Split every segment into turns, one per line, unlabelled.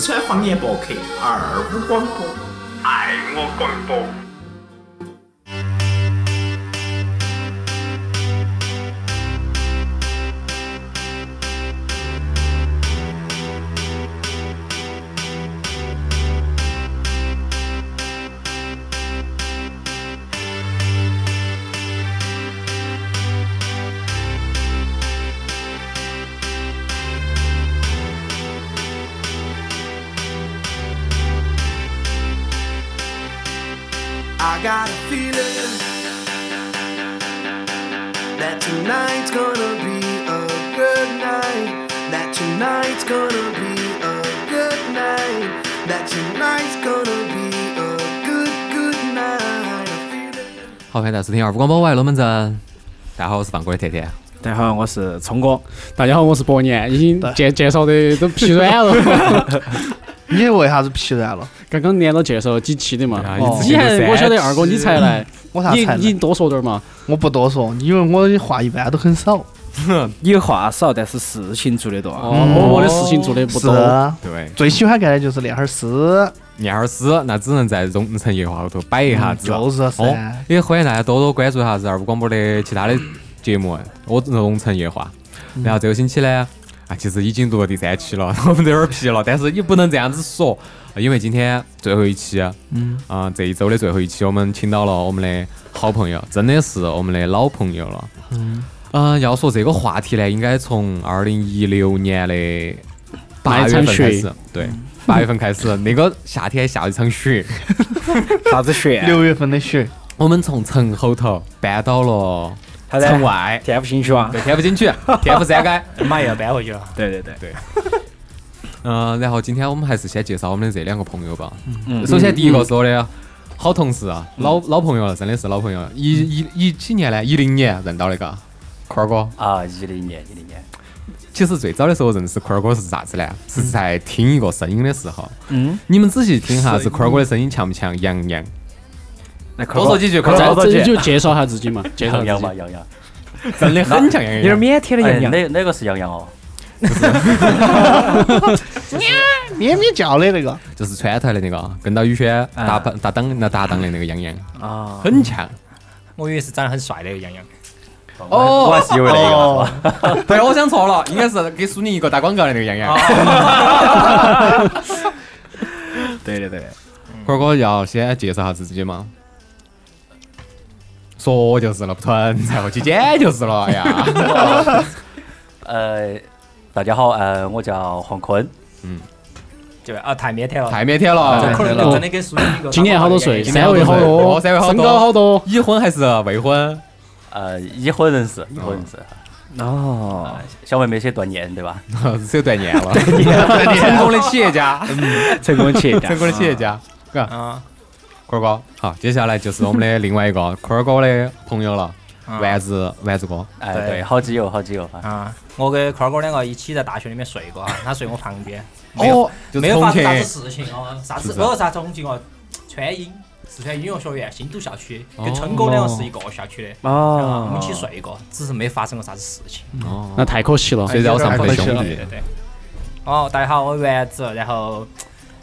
四川方言博客二五广播，爱我广播。
I got a feeling that tonight's gonna be a good night. That tonight's gonna be a good night. That tonight's gonna be a good, good night. I feel it.
好，欢迎大家收听二五广播，我爱龙门阵。大家好，我是放哥的甜甜。
大家好，我是聪哥。
大家好，我是伯年，已经介介绍的都疲软了。
你为啥子疲软了？
刚刚连着介绍了几期的嘛
对啊，
哦
一直
你
介绍
还
三
我晓得二 哥你才来，
我啥
你
才
你
能？
多说点儿嘛。
我不多说，因为我的话一般都很少。
你话少，但是事情做得多。
哦，我我的事情做的不
是
多，
啊，
对，
最喜欢干的就是练哈儿诗，
念哈儿诗，那只能在荣城夜话后头摆一下子。
就是
哦
噻。，
也欢迎大家多多关注一下子二五广播的其他的节目。啊我荣城夜话，然后这个星期呢，啊，其实已经录了第三期了， 我们都有点皮了，但是也不能这样子说，啊因为今天最后一期，嗯，啊、这一周的最后一期，我们请到了我们的好朋友，真的是我们的老朋友了。嗯、要说这个话题呢，应该从二零一六年的八月份开
买场
始
雪，
对，八月份开始，那个夏天下了一场雪。
啥子啊学？
六月份的雪，
我们从城后头搬到 了
他在
城外，
天府新区啊？
对，天府景 区，天府三街。
妈又要搬回去了。
对对对，
嗯、然后今天我们还是先介绍我们的这两个朋友吧。
嗯
首先第一个是我的好同事啊，老老朋友了，真的是老朋友了。一一一几年呢？一零年认到的嘎，坤儿哥。
啊，一零年，一零年，
其实最早的时候认识坤儿哥是啥子呢？是在听一个声音的时候。
嗯，
你们仔细听一下，是坤儿哥的声音像不像杨洋？
来
多说几句，坤
再
儿
多
哥
说
这
几句
你就介绍下自己嘛，介绍
杨洋
自
嘛，
己。
杨洋。
真的很像杨
有点
洋。
腼腆的
哎，
杨洋。
哪哪个是杨洋哦？
咩咩叫的那个，
就是川台的那个，跟到宇轩
啊
搭档搭档那搭档的那个杨洋，
啊，
很像。
我以为是长得很帅的杨洋。
哦
我还是以为那个。
哦，
对，我想错了，应该是给苏宁一个打广告的那个杨洋。
啊
对对对，
坤儿哥要先介绍下自己嘛，说就是了，不存在后期剪就 是了。哎呀，
呃，大家好，呃，我叫黄坤。
嗯。
对吧？啊，太腼腆了。
太腼腆了。
能
了
真的跟苏宁一个。
今年好多岁？
今年
三围好
哦三围好多
身高好多。
已婚还是未婚？
呃，已婚人士，已婚人士。
哦，
小妹妹先断念，对吧？
只有断念了。成功的企业家，
成功企业家，
成功的企业家。嘎，坤儿哥，啊好，接下来就是我们的另外一个坤儿哥的朋友了，丸子丸子哥。
哎，
对
对，好基友，好基友啊！
啊，我跟坤儿哥两个一起在大学里面睡过啊，他睡我旁边，没有
哦，就
没
是
有
重
发生啥子
庆。
事情哦，啥
是
子
不是
没有啥重庆哦，川音四川音乐学院新都校区，
哦
跟春哥两个是一个校区的，
嗯
啊，我
哦
们一起睡过，只是没发生过啥子事情。
哦
那太可惜了，
所以叫上辈兄
对
弟
对。对。哦，大家好，我是丸子，然后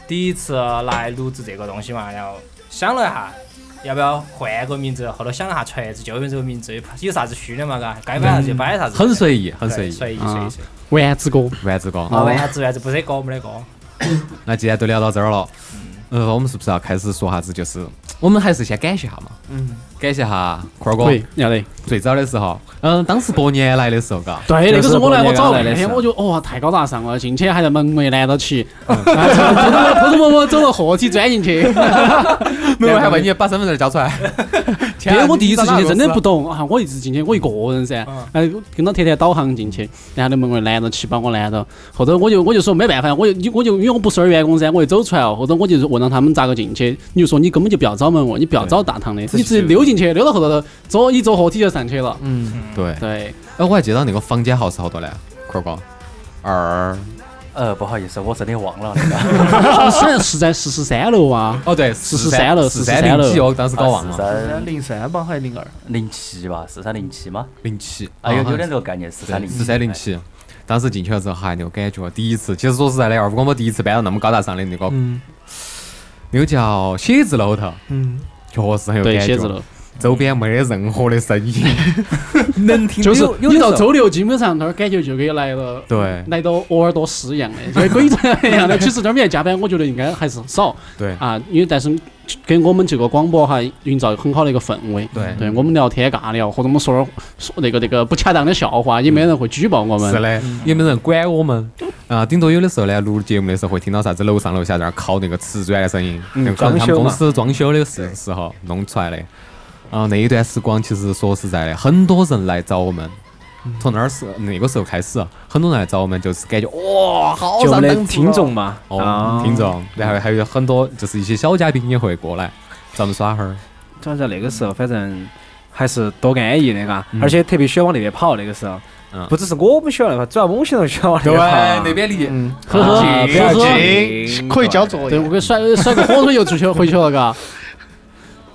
第一次来录制这个东西嘛，然后想了一下。要不要换个名字？后头想了一下，锤子就用这个名字，有啥子虚的嘛？嘎，该摆啥子就摆啥子。
很随意，很随
对
意。
随意，
啊
随意，随
嗯
意。
丸子哥，
丸子哥，
啊，完啥子完啥子，不是歌，没得歌。
那既然都聊到这儿了，呃，我们是不是要开始说下子？就是我们还是先感谢一下嘛，嗯，感谢一下坤儿哥
可。以，要得。
最早的时候，嗯，当时伯年来的时候，嘎，
就
对，那个
是
是我来，
伯
我
年
找
来
半
的时
天，
候
我就哇，太高大上了，进去还在门楣拦到起，啊偷偷摸摸走到货梯钻进去。
没有还问你把身份证交出来。 啊
因为我第一次进去真的不
懂，
懂啊，我一直进去我一个人噻，
嗯
哎，跟到甜甜导航进去，然后那门卫拦到起把我拦到，后头我就我就说没办法，我就我就因为我不是员工噻，我就走出来哦，后头我就问到他们咋个进去，你就说你根本就不要找门卫，你不要找大堂的，你直接溜进去，溜到后头头，走一走货梯就上去了。
嗯对。
对，
哎，我还记得那个房间号是好多嘞，坤儿哥，二，
呃，不好意思，我真的忘了那个。
虽然是在十十三楼啊，
哦对，
43楼
十三零几，
楼
我当时搞 忘了，
三
零三吧，还是零二？
零七吧，四三零七吗？
零七，
哎，有
啊
有点这个概念，四三零
四三零七。当时进去了之后，嗨，那个感觉，第一次，其实说实在的，二五广播第一次搬到那么高大上的那个
嗯
那个叫写字楼头，
嗯，
确实很有感
对，
觉。
写字楼，
周边没得任何的声音，能 听
就是
有有
你
的
到
时候
周六基本上那儿感觉就跟来了，
对
来到鄂尔多斯一样的，就跟鬼城一样的。其实那儿面加班，我觉得应该还是少
对
啊，因为但是给我们这个广播哈营造很好的一个氛围。
对
对我们聊天尬聊，或者我们说点说那个那个不恰当的笑话，也没人会举报我们。
是的，也没人管我们啊。顶多有的时候呢，录节目的时候会听到啥子楼上楼下在那儿烤那个瓷砖的声音，那个可能他们公司嗯装修的时时候弄出来的。啊，那一段时光其实说实在的，很多人来找我们。从那儿是那个时候开始，很多人来找我们，就是感觉哇，
哦
好
就我
上
们
档
的
次
听
了
众嘛，
哦
啊，
听。众，然后还有很多就是一些小嘉宾也会过来找我们耍会儿。
主要在那个时候，反正还是多安逸的嘎，而且特别喜欢往那边跑。那个时候
嗯，
不只是我们喜欢那块，主要某些人喜欢往那边跑。
边嗯离
呵呵
啊
呵
不要
呵
紧。
行，嗯哎可以交作
对，
业
我。给甩甩个火腿就出去回去了， 嘎，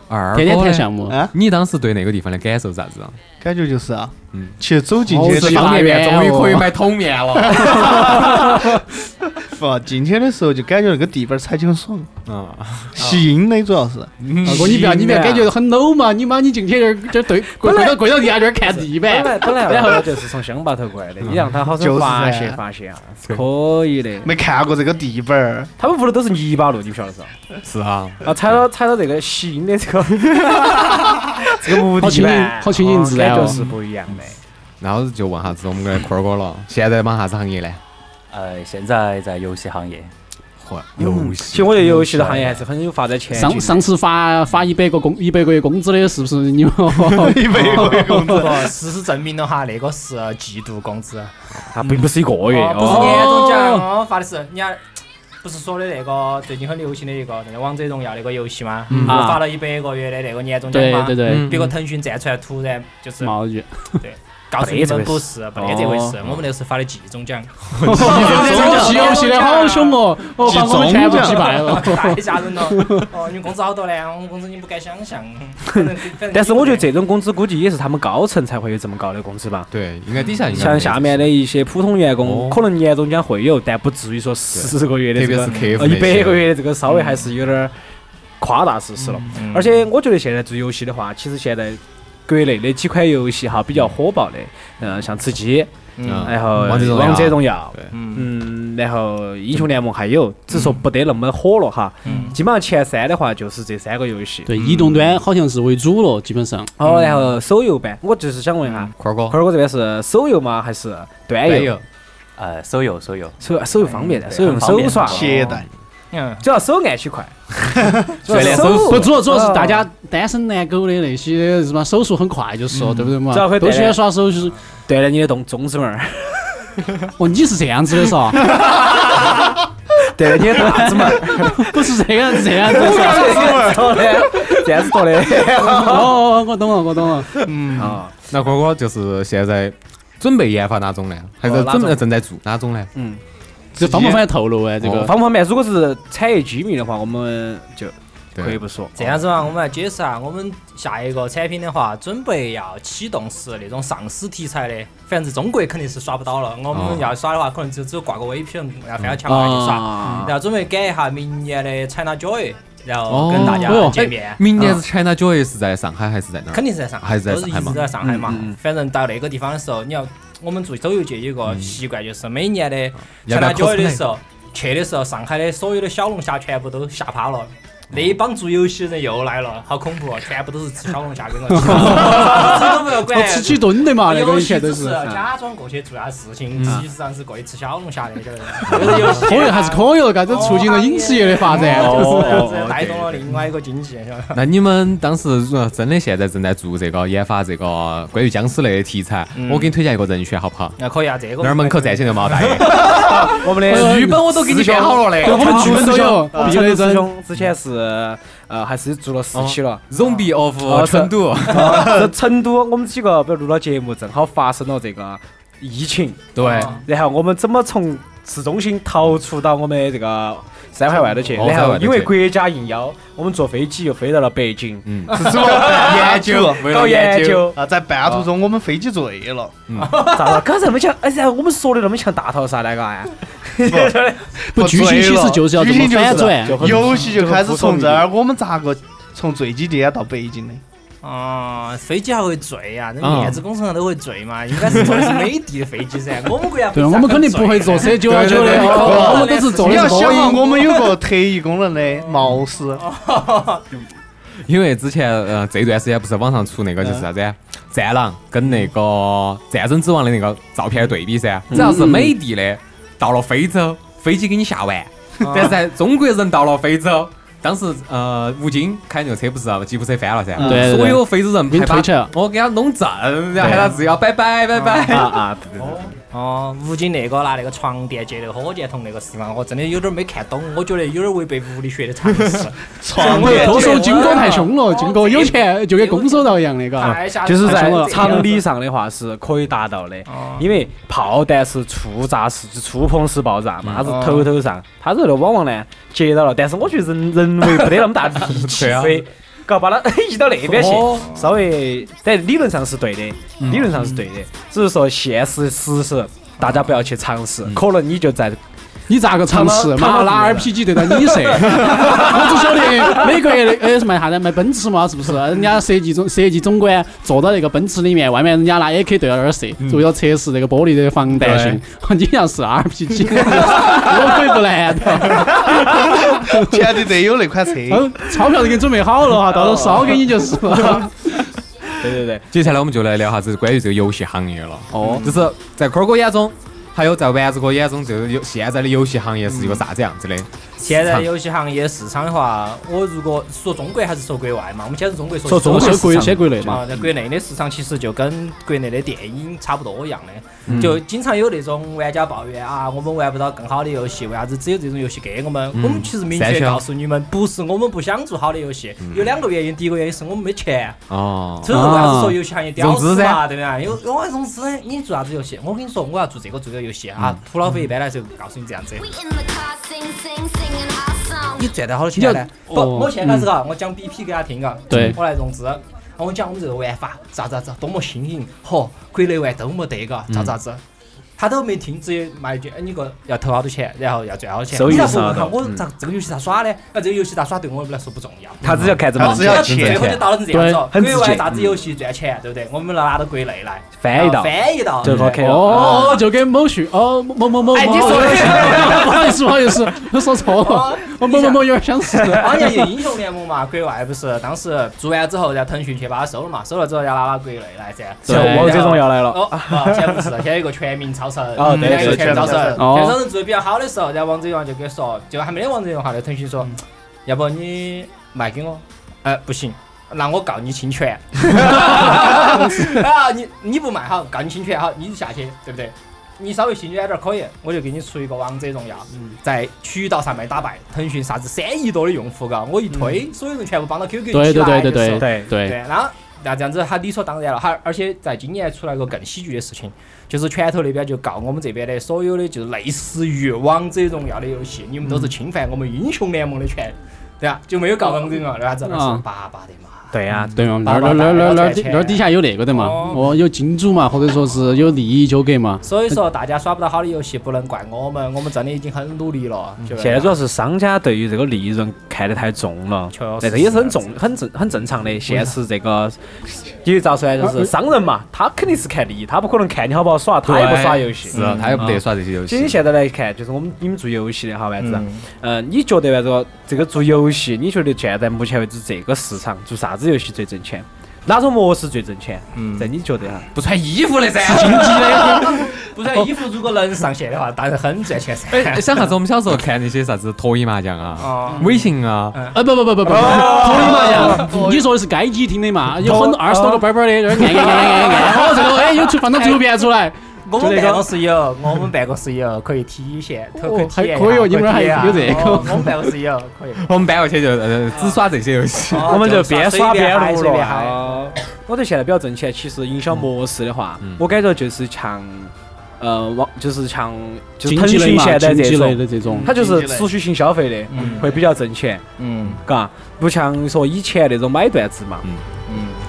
二
天天
哥
谈
呢
项目。
啊，
你当时对那个地方的感受是啥子啊？
感觉就是啊
嗯，
其实走进去
好
的
吃方便面
哎
终于可以
买桶面了。
不进去哦的时候就感觉那个地板踩起很爽，
哦
嗯，
吸引的主要是。
大啊哥，你不要，你不要感觉很 low 嘛！你妈，你进去这儿这儿对跪跪到跪到地下这儿看地
本
板，
来本来然后就是从乡坝头过来的，你让他好
就
生
是
发
噻
泄发泄嗯啊，是可以的。
没看过这个地板儿，
他们屋头都是泥巴路，你不晓得是吧？
是啊，
啊，踩到踩到这个吸音的这个 这个木
好
地
亲近
板，
好亲近
哦
自然
感
哦
觉是不一样的。
然后就问啥子我们个坤儿哥了，现在忙啥子行业呢？
呃，现在在游戏行业，
嚯，游
其
戏
实。我觉得游戏的行业还是很有发展前景的。
上上次发发一百个工一百个月工资的，是不是你们？
一百个工资。
不，哦事实证明了哈，那个是季度工资，
它啊并不是一个月
哦，不是
哦，
年终奖，哦，发的是人家。不是说的那个最近很流行的一个那个王者荣耀那个游戏吗？
嗯
我
啊
发了一百个月的那个年终奖
对
嘛，
对
哎
对，
别个腾讯站出来突然就是
毛剧，
告诉你们不是，
没
没得
得
这
这
回
回事
事，我们那是发的季中奖，
哦这游戏的好凶哦，我把我们全部击败 了。
太吓人了。哦，你们工资好多呢，我们工资你不敢想 象。反正反正
但是我觉得这种工资估计也是他们高层才会有这么高的工资吧。
对，应该底下应该
像下面的一些普通员
哦
工，可能年终奖会有，但不至于说十个月的
特
这
别
个
是，客服
呃，
那
一百
些
个月的这个
嗯
稍微还是有点儿夸大事实了。
嗯
而且我觉得现在做游戏的话，其实现在国内的几款游戏哈比较火爆的，嗯，像吃鸡，
嗯
然后
王者荣耀
哎王者荣耀
对，嗯
嗯
嗯，然后英雄联盟还有，只是说不得那么火了哈。
嗯，
基本上前三的话就是这三个游戏。
对，移动端好像是为主了，基本上
好，
嗯
然后手游版，我就是想问一下，
坤儿哥，
坤儿哥这哎边是手游吗？还是端
端
游？
游，
呃，手游手游，
手手游方便的，手游
很
用
方
手
便
耍，
哦
携带，
嗯，
主要手按起快。主
锻炼手
不主要主要是大家单身男狗的那些什么手速很快，就是了，对不对嘛
主要会？
都喜欢耍手速。
锻炼你的动中指拇儿，
哦，你是这样子的噻？
锻炼你的大指拇儿，
不是这样这样子的噻？
这样子做的。
哦，我懂了，我懂了。
啊，
那坤儿哥就是现在准备研发哪种呢？还是
哦哪
准
种
备正在做哪种呢？
这方不方便透露哎？这个
方不方便？如果是产业机密的话，我们就可以
对，
不说。啊
这样子啊嘛，我们来解释下，我们下一个产品的话，准备要启动是那种丧尸题材的，反正是中国肯定是耍不到了。我
哦
们要耍的话，可能就只有挂个 VPN，然后翻到墙外去耍。
啊，
然后准备赶一下明年的
哦
ChinaJoy，然后跟大家
哦哎呦
见面。
明年
啊
是 China Joy 是在上海还是在哪儿？
肯定是在上海，
还是在
都
上
是一
海嘛
直在上海嘛。
嗯嗯嗯
反正到那个地方的时候，你要我们做手游界有一个习惯，就是每年的
要不
前
要
来九
cosplay？
月的时候，去的时候，上海的所有的小龙虾全部都吓趴
哦
了。那一帮做游戏的人又来了，好恐 怖哦！全部都是吃小龙虾跟我，啥子都没有
哦
管，
吃几吨的嘛，那个
游
以
戏
前都
只是
是。嗯
假装过去做下事情，实际上是过去吃小龙虾的，晓得不晓得有些游戏啊
可以还是可以了，嘎，这促进了饮食业的发展。
哦
哦，
就是带动了另外一个经济，晓得
啊
吧？
那你们当时如果真的现在正在做这个研发这个关于僵尸类的题材，
嗯
我给你推荐一个人选好不好？
嗯
那可以啊，这个
那儿门口站起那个毛大爷，
我们的
剧本我都给你编好了嘞
对，我们剧本都有，
我
毕
们的
业
师
生。
兄之前是呃还是做了四期了。
Zombie of
啊
哦是
成都，
在成都，我们几个不是录了节目，正好发生了这个疫情，
对，
啊
然后我们怎么从市中心逃出到我们的这个三环外头去，
哦
然
三
后
环头
因为
去
国家应邀，我们坐飞机又飞到了北京，
嗯，
是吧？研究
为
搞
了
研 究，
啊，在半途中我们飞机醉了，
咋了？搞这么像，哎呀，我们说的那么像大逃杀那个呀？
哦
不，剧情其实就是要这
剧
么
情就是
反转，
就很
游戏就开始从这儿，我们咋个从最低点到北京的？
哦，飞机还会坠呀、啊？那
嗯
啊
面子工程上都会坠嘛？应该是坐的是美的的飞机 噻。我们国家
对，我们肯定不会坐
车。
C 九幺九的，哦我们都是坐
你
的
要
是
想
波
啊，
音。
我们有个特异功能的毛师，
因为之前呃这段时间不是网上出那个就是啥子
嗯
《战狼》跟那个《战争之王》的那个照片对比噻，
嗯
只要是美的的，到了非洲飞机给你下完，
嗯
但是在中国人到了非洲。当时，呃，吴京开那个车不是啊吉普车翻了噻，
嗯对对对
所有非洲人
给你
还把
推起来
我给他弄正，然后喊他自己要拜拜拜
嗯
啊
拜。
啊，对对对
哦，吴京那个拿那个床垫接那个火箭筒那个事嘛，我真的有点没看懂，我觉得有点违背物理学的 常识。
床
我
垫
都说军哥太凶了，军哥有钱就跟攻守道一样的，嘎。
太吓
就是
人了
在
这样子
常理上的话是可以达到的，因为炮弹是触炸式、触碰式爆炸嘛，它是头头上，它这个往往呢接到了，但是我觉得人人为没得那么大力气，
对啊
所以搞把它哎移到那边去
哦，
稍微，但理论上是对的，理论上是对的，只是说现实实施。大家不要去尝试，可能你就在
你咋个尝试？
他
妈
们
拿 RPG 对到你射，我只晓得美国的哎是卖啥子？卖奔驰嘛，是不是？人家设计总设计总管坐到那个奔驰里面，外面人家拿 AK 对到那儿射，为了测试那个玻璃的防弹性。你要啊是 RPG，我可以不啊难的。
前头得有那款车，
嗯 钞票都给你准备好了啊哈，到时候烧给你就是了。
对对嗯对，
接下来我们就来聊下子关于这个游戏行业了。
哦，
就是在坤儿哥眼中，还有在丸子哥眼中，这个游现在的游戏行业是一个啥子样子的？
现在游戏行业市场的话，我如果说中国还是说国外嘛，我们先说中国说
说中国
先国
市场
先国内嘛，
啊，在国内的市场其实就跟国内的电影差不多一样
嗯
的，就经常有那种玩家抱怨啊，我们玩不到更好的游戏，为啥子只有这种游戏给我们？
嗯
我们其实明
三
确
圈
告诉你们，不是我们不想做好的游戏，
嗯
有两个原因，第一个原因是我们没钱，
哦，
这是为啥子说游戏行业屌
融
丝
资
嘛，
噻
对不对？有有我融资，你做啥子游戏？我跟你说，我要做这个做这个游戏啊，土老肥一般来说告诉你这样子。
We in the car, sing, sing, singing our song.
你赚到好多钱呢？不，
哦
我现在是啊嘎，我讲 BP 给他听嘎，
对
我来融资。然后我讲我们这个玩法咋咋咋，多么新颖，嚯，国内玩都没得嘎，咋咋子，他都没听，直接卖一句，哎，你个要投好多钱，然后要赚好多钱，
收益
你咋
是
不
啥
问下
的
我咋这个游戏咋耍呢？那这个游戏咋耍对我们来说不重要。
他只要看这
他
么
只要
最
钱
后就到了这样子，
对很
国内
直
玩
接
啥子游戏赚钱，对不对？我们拿到国内来
翻译
然后
到
翻译到，
就
对
OK 了。
哦，就跟某旭哦某某某某，
哎你说的是
不好意思不好意思，我说错了，我某某某有点相似。
当年有英雄联盟嘛，国外不是当时做完之后，然后腾讯去把它收了嘛，收了之后要拿到国内来噻。
就
对
王者荣耀来了，
哦，啊现在不是，现在有个全民超神，
哦对
现在有
对
个全民超神，
全民
全
超神
民超神做的比较好的时候，然后王者荣耀就给说，就还没得王者荣耀哈，那腾讯说，要不你卖给我，呃，不行。那我告你侵权，啊，你你不卖好，告你侵权好，你就下去，对不对？你稍微侵权点儿可以，我就给你出一个王者荣耀，在渠道上面打败腾讯啥子三亿多的用户，嘎，我一推，所有人全部帮到 QQ
对
起
对
来
对
就
对
是
对
对
对
对，，然后那这样子，他理所当然了。他而且在今年出来一个更喜剧的事情，就是拳头那边就告我们这边的所有的就是类似于王者荣耀的游戏，你们都是侵犯我们英雄联盟的权，对吧？就没有告王者荣耀，对吧？这儿
啊
是巴巴的嘛。
对啊呀，
对嘛，那儿那儿那儿那儿那儿底下有那个的嘛，
哦
哦，有金主嘛，或者说是有利益纠葛嘛。
所以说，大家耍不到好的游戏，不能怪我们，我们真的已经很努力了。就
现在主要是商家对于这个利润看得太重了
确实，
那个也是很重、很正、很正常的。现实这个，因为咋说呢，就是商人嘛，他肯定是看利益，他不可能看你好不好耍，他也不耍游戏。
是啊他也不得
嗯
耍这些游
其实
戏。
现在来看，就是我们你们做游戏的哈，丸子
嗯，
嗯，你觉得丸子这个做游戏，你觉得现在目前为止这个市场做啥子游戏最挣钱？哪种模式最挣钱？嗯，在你觉得哈？
不穿衣服的噻。
不然衣服如果能上线的话，当然很 赚钱噻。
哎，想啥子？我们小时候看那些啥子脱衣麻将啊、微信啊，
啊不不不不不，同意嘛呀？你说的是街机厅的嘛？有很多二十多个班班的，在那儿按按按按按，哦，这个哎，有出放到图片出来，
我
就
们
那
办公
个
室有，我们办公室有，可以体现，可以
哦
体验
还可以哦
一
你
下
们那儿还
可以体验啊
有这个
哦我们办公室有，可以。
我们搬过去就呃只耍这些游 戏。
哦
我们就
耍
边
随
耍
便
边
嗨
录
随便
了
嗨。
嗯
啊。我觉得现在比较挣钱，其实营销模式的话，我感觉就是像呃网就是像就是
经
腾
济类
讯
嘛，
现在
经
这
济类
种，
的这种，
它就是
经济类
持续性消费的，
嗯
会比较挣钱，
嗯
嘎，不像说以前那种买断制嘛。
嗯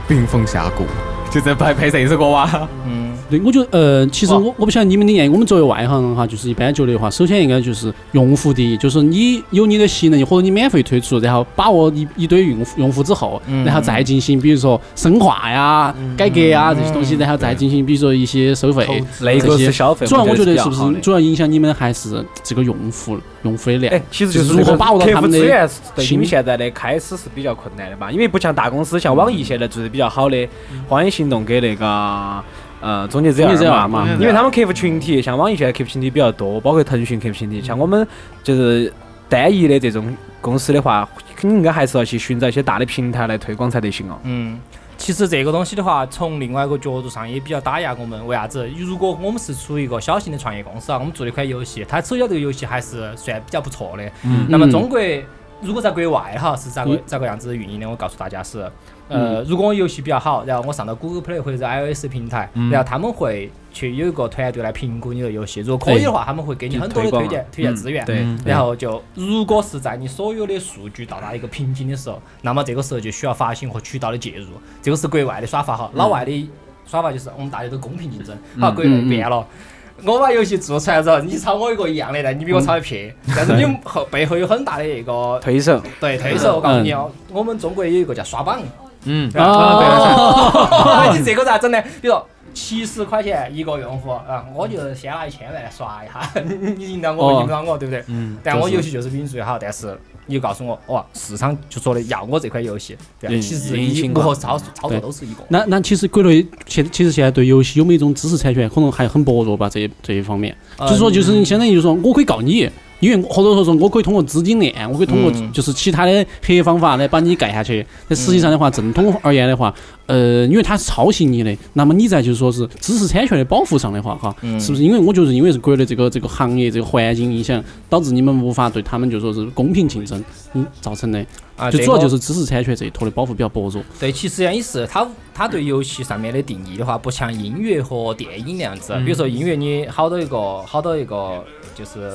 冰封峡谷，就这配配这首歌啊哇。
嗯，
对，我觉得呃，其实
哇
我我不晓得你们的建议，我们作为外行人哈，就是一般觉得的话，首先应该就是用户第一，就是你有你的吸引力，或者你免费推出，然后把握一一堆用户用户之后，
嗯
然后再进行比如说深化呀、改革呀这些东西，然后再进行比如说一些收费。
那个
这些
是消费，
主要我觉
是
得
比
是
较
不
好的
是主要影响你们还是这个用户用户的量
哎？，其实
就是是如
这
何
个
把握到
客
他
户
们
资
的
源，对
心
你们现在的开始是比较困难的嘛，因为不像大公司，像网易现在做的比较好的，欢迎行动给那个。呃，终结者
终结者
二
二嘛
嘛，因为他们客户群体，像网易现在客户群体比较多，包括腾讯客户群体，
嗯
像我们就是单一的这种公司的话，你应该还是要去寻找一些大的平台来推广才得行哦。
嗯
其实这个东西的话，从另外一个角度上也比较打压我们。为啥子？如果我们是处于一个小型的创业公司啊，我们做了一款游戏，它首先这个游戏还是算比较不错的。
嗯
那么
嗯
中国如果在国外哈是咋个
嗯
咋个样子运营的？我告诉大家是，呃，如果我游戏比较好，然后我上到 Google Play 或者是 iOS 平台，然后他们会去有一个团队来评估你的游戏，如果可以的话，他们会给你很多的推荐推荐资源。
对，
然后就，如果是在你所有的数据到达一个瓶颈的时候，那么这个时候就需要发行和渠道的介入，这个是国外的耍法哈。老外的耍法就是我们大家都公平竞争，
嗯
好，国内变了。我把游戏做出来之后， 你抄我一个一样的，但你比我抄一撇，
嗯
但是你们后背后有很大的一个
推手，
对推手。我告诉你哦，
嗯
我们中国也有一个叫刷榜，
啊
嗯，
对吧？ 你这个咋整呢？比如说七十块钱一个用户啊，我就先拿一千万来刷一下， 你你赢到我，
哦
我赢不到我，对不对？
嗯。
但我
就是
游戏就是比你最好，但是你就告诉我，哇，市场就说的要我这款游戏，对吧？
嗯
其实
运营
你
情
如
况
何操操作
对
都是一个。
那那其实国内现其实现在对游戏有没有一种知识产权，可能还很薄弱吧，这一这一方面，就是说就是你相当于就是说我可以告你，因为我或者说是我可以通过资金链，我可以通过
嗯
就是其他的黑方法来把你盖下去。但实际上的话，正统而言的话，呃，因为它是抄袭你的，那么你在就是说是知识产权的保护上的话，哈，是不是？因为我就是因为是国内这个这个行业这个环境影响，导致你们无法对他们就说是公平竞争，嗯，造成的，
啊，
就
这
主要
个
就是知识产权这一坨的保护比较薄弱。
对，其实也是他他对游戏上面的定义的话，不像音乐和电影那样子。
嗯
比如说音乐，你好多一个好多一个就是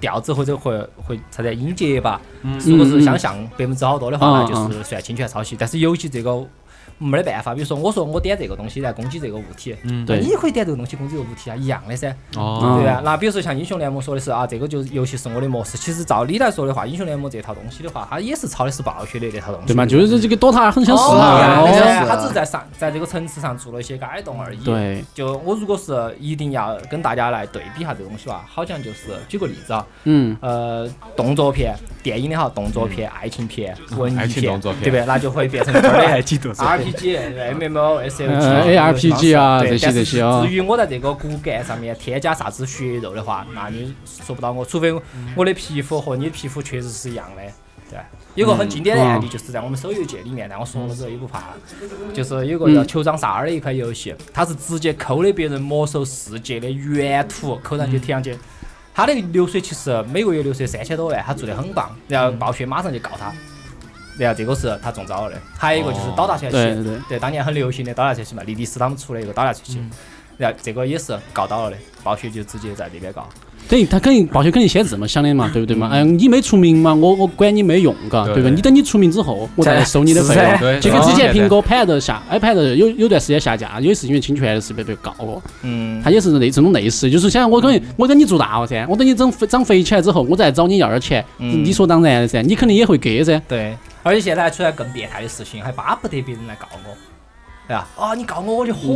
调子或者会会啥子音节吧，如果是相像百分之好多的话，
嗯
那就是算侵权抄袭。但是游戏这个嗯没得办法，比如说我说我点这个东西来攻击这个物体，
嗯
那
对嗯
你也可以点这个东西攻击这个物体啊，一样的噻。
哦，
对啊，那比如说像英雄联盟说的是啊，这个就是游戏是我的模式。其实照理来说的话，英雄联盟这套东西的话，它也是抄的是暴雪的那套东西。
对嘛，就是这个 DOTA 很相似
哦
嘛。
对
哦
对他只是在上在这个层次上做了一些改动而已。，
对，
就我如果是一定要跟大家来对比一下这个东西吧，好像就是举个例子啊，
嗯，
呃，动作片、电影的哈，动作片、爱情片、文
爱
艺
情动作片
对不对？那就会变成这儿的
激动
RPG、M M O S L G
呃 ARPG 啊这些这些啊
至于我在这个骨干上面添加啥子血肉的话，那你说不到我，除非我的皮肤和你的皮肤确实是一样的。对，有个很经典的案例，就是在我们手游界里面，但我说了之后也不怕，就是有个叫《酋长萨尔》的一款游戏，它是直接抠的别人魔兽世界的原图，抠上去贴上去。它的流水其实每个月流水三千多万，它做得很棒，然后暴雪马上就告他，然后这个是他中招了。还有一个就是刀塔传奇，
对对对。
对，当年很流行的刀塔传奇嘛，莉莉丝他们出了一个刀塔传奇，然后这个也是告到了的，暴雪就直接在这边告。
等于他肯定暴雪肯定先这么想的嘛，对不对嘛？哎，你没出名嘛，我我管你没用，嘎，
对
对吧？你等你出名之后，我再来收你的
是
费
噻
用。
对，
就跟
哦
之前
对
苹果 Pad 下 iPad 有有段时间下架，也是因为侵权的事被被告了。
嗯，
它也是类这种类似，就是想我等于我等你做大了噻，我等你整长肥起来之后，我再来找你要点钱，
嗯
理所当然的噻，你肯定也会给噻。
对，而且现在还出来更变态的事情，还巴不得别人来告我。对吧？啊，你告我我就火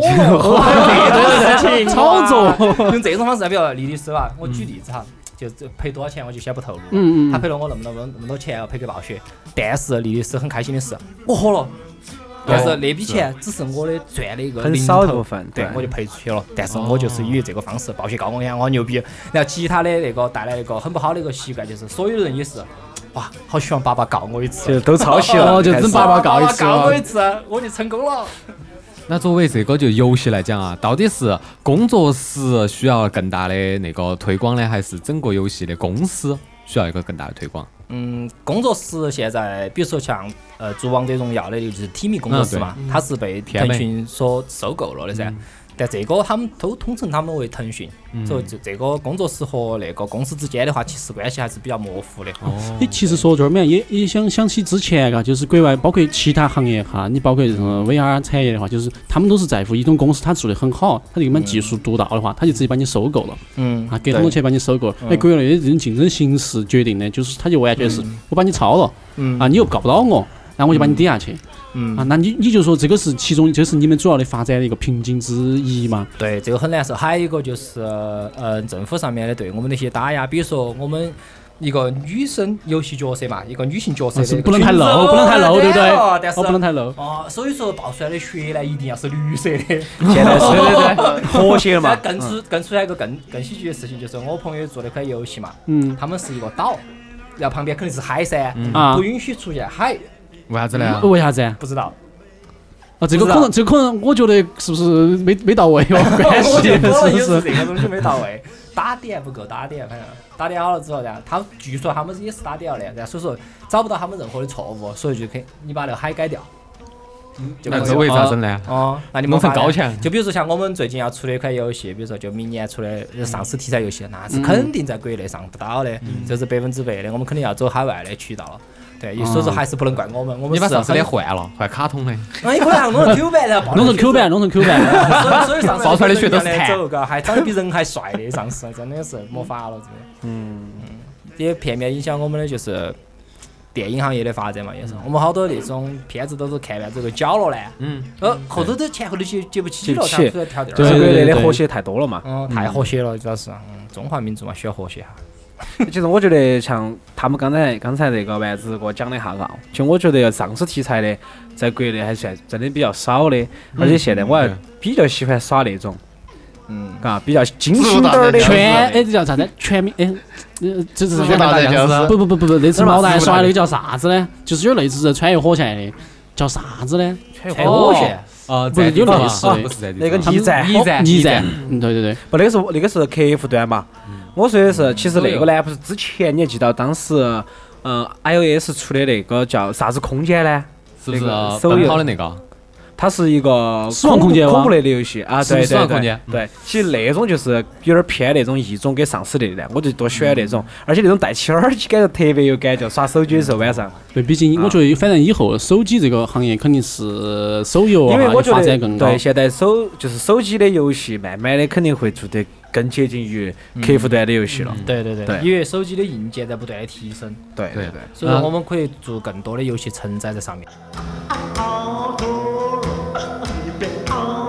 了， 这种事情
炒作，
用这种方式，比如莉莉丝吧，我举例子哈，就这赔多少钱我就先不透露。
嗯嗯
他赔了我那么多那么多钱，要赔给暴雪。但是莉莉丝很开心的是，我火了，但是那笔钱只是我的赚的一个
很
零
少一
头
部分
对
对
我就赔出去了。但是我就是以这个方式，暴雪告我一下，我牛逼。然后其他的那个带来一个很不好的一个习惯，就是所有人也是，哇，好希望爸爸告我一次
就，都抄袭了，
哦就
开始
真爸爸告一
爸
次
告我
哦
一次，啊我就成功了。
那作为这个就游戏来讲啊，到底是工作室需要更大的那个推广呢，还是整个游戏的公司需要一个更大的推广？
嗯，工作室现在，比如说像嗯呃做王者荣耀的，就是 Team 工作室嘛，它是被腾讯所收购了的噻。但这个他们都统称他们为腾讯，所以就这个工作室和那个公司之间的话，其实关系还是比较模糊的。
你其实说到这儿，面也也想想起之前嘎，就是国外包括其他行业哈，你包括这种 VR 产业的话，就是他们都是在乎一种公司它做得很好，它这个门技术独到的话，它就直接把你收购了，
嗯
啊，给很多钱把你收购了。哎，国内的这种竞争形势决定的，就是它就完全是我把你超了，
嗯
啊，你又搞不到我，然后我就把你顶下去，
嗯
啊，那你你就说这个是其中，这是你们主要的发展的一个瓶颈之一嘛？啊
对，这个很难受。还有一个就是，呃，政府上面的对我们的一些打压，比如说我们一个女生游戏角色嘛，一个女性角
啊
色的
是
一个
不能太
裙子
low，不能太 low，对不对
哦但？是
哦，不能太 low。
哦，所以说爆出来的血呢，一定要是绿色的。
现在是 对对 对，和谐了
那
嘛，
更出更出来一个更更喜剧的事情，就是我朋友做了一款游戏嘛，
嗯
他们是一个岛，然后旁边肯定是海噻，
啊
不，允许出现海，
为啥子呢？
嗯
为啥子啊？
不知道。
啊，这个
不知
可
道
能，这个可能，我觉得是不是没没到位有 关
我
系，
觉得可能
是
也
不
是
是？
这个东西没到位，打点不够打点，反正打点好了之后，然后他据说他们也是打点了的，然后所以说找不到他们任何的错误，所以就可以你把那个海改掉，嗯，就可以
那
了
这为啥子呢？
哦，那你
弄
们
成
发现
高强
就比如说像我们最近要出的一款游戏，比如说就明年出
嗯
的丧尸题材游戏，那是肯定在国内上不到的，这是百分之百的，我们肯定要走海外的渠道了。对，所以说还是不能怪我们，
哦
我
哦
们
你把
是
上次
很
的，换了，换卡通的。
那你可能还弄成 Q 版的，然后
弄成 Q 版，弄成 Q 版。
所以所以上
爆出来的血都是
人
痰
走，嘎，还长得比人还帅的上司，真的是没法了，真的。嗯也片面影响我们的就是电影行业的发展嘛，也是。我们好多那种片子都是看完之后绞了呢，
嗯，
呃，后头都前后都接接不起
接不
了，
起
他出来跳第
这
对
二。
个
对
类
对
的
对
和谐太多了嘛。
嗯，太和谐了，主要是，嗯，中华民族嘛，需要和谐哈。
其实我觉得像他们刚才刚才那个丸子给我讲的哈嘎，其实我觉得丧尸题材的在国内还算真的比较少的，而且现在我还
对
比较喜欢耍那种，
嗯，
嘎，比较精心点儿的
自由大战僵尸
全哎，这叫啥子？全民哎，呃，这是
自由大战僵尸
不不不不不，那次
是吧
毛蛋
自由大
耍
战
那个叫啥子呢？就是有类似穿越火线的，叫啥子呢？
太和谐，
哦
呃，
不是
在地
有
方
类
啊
似的
不是在地
那个
方
驿站，
驿站
驿站，嗯，对对对，
不，那个是那个是客户端嘛。我说的是，其实那个呢，不是之前你还记到当时，嗯，iOS 出的那个叫啥子空间呢？
是不是
那个手
奔
游
跑的那个？
它是一个
死亡空间
恐
吗
怖类的游戏啊，
是不
对
是死
对
亡空间
对，对，其实那种就是有点偏那种异种跟丧尸类的，我就多喜欢那种，而且那种戴起耳机感觉特别有感觉，耍手机的时候晚上，
对，毕竟
啊
我觉得反正以后手机这个行业肯定是手游
因
啊
为我觉
发展
得
更高
对，现在手就是手机的游戏，慢慢的肯定会做得更接近于客户端的游戏了，
对对对
嗯对
因为手机的硬件在不断的提升，
对
对
对。
所以说我们可以做更多的游戏承载在上面。
你别啊，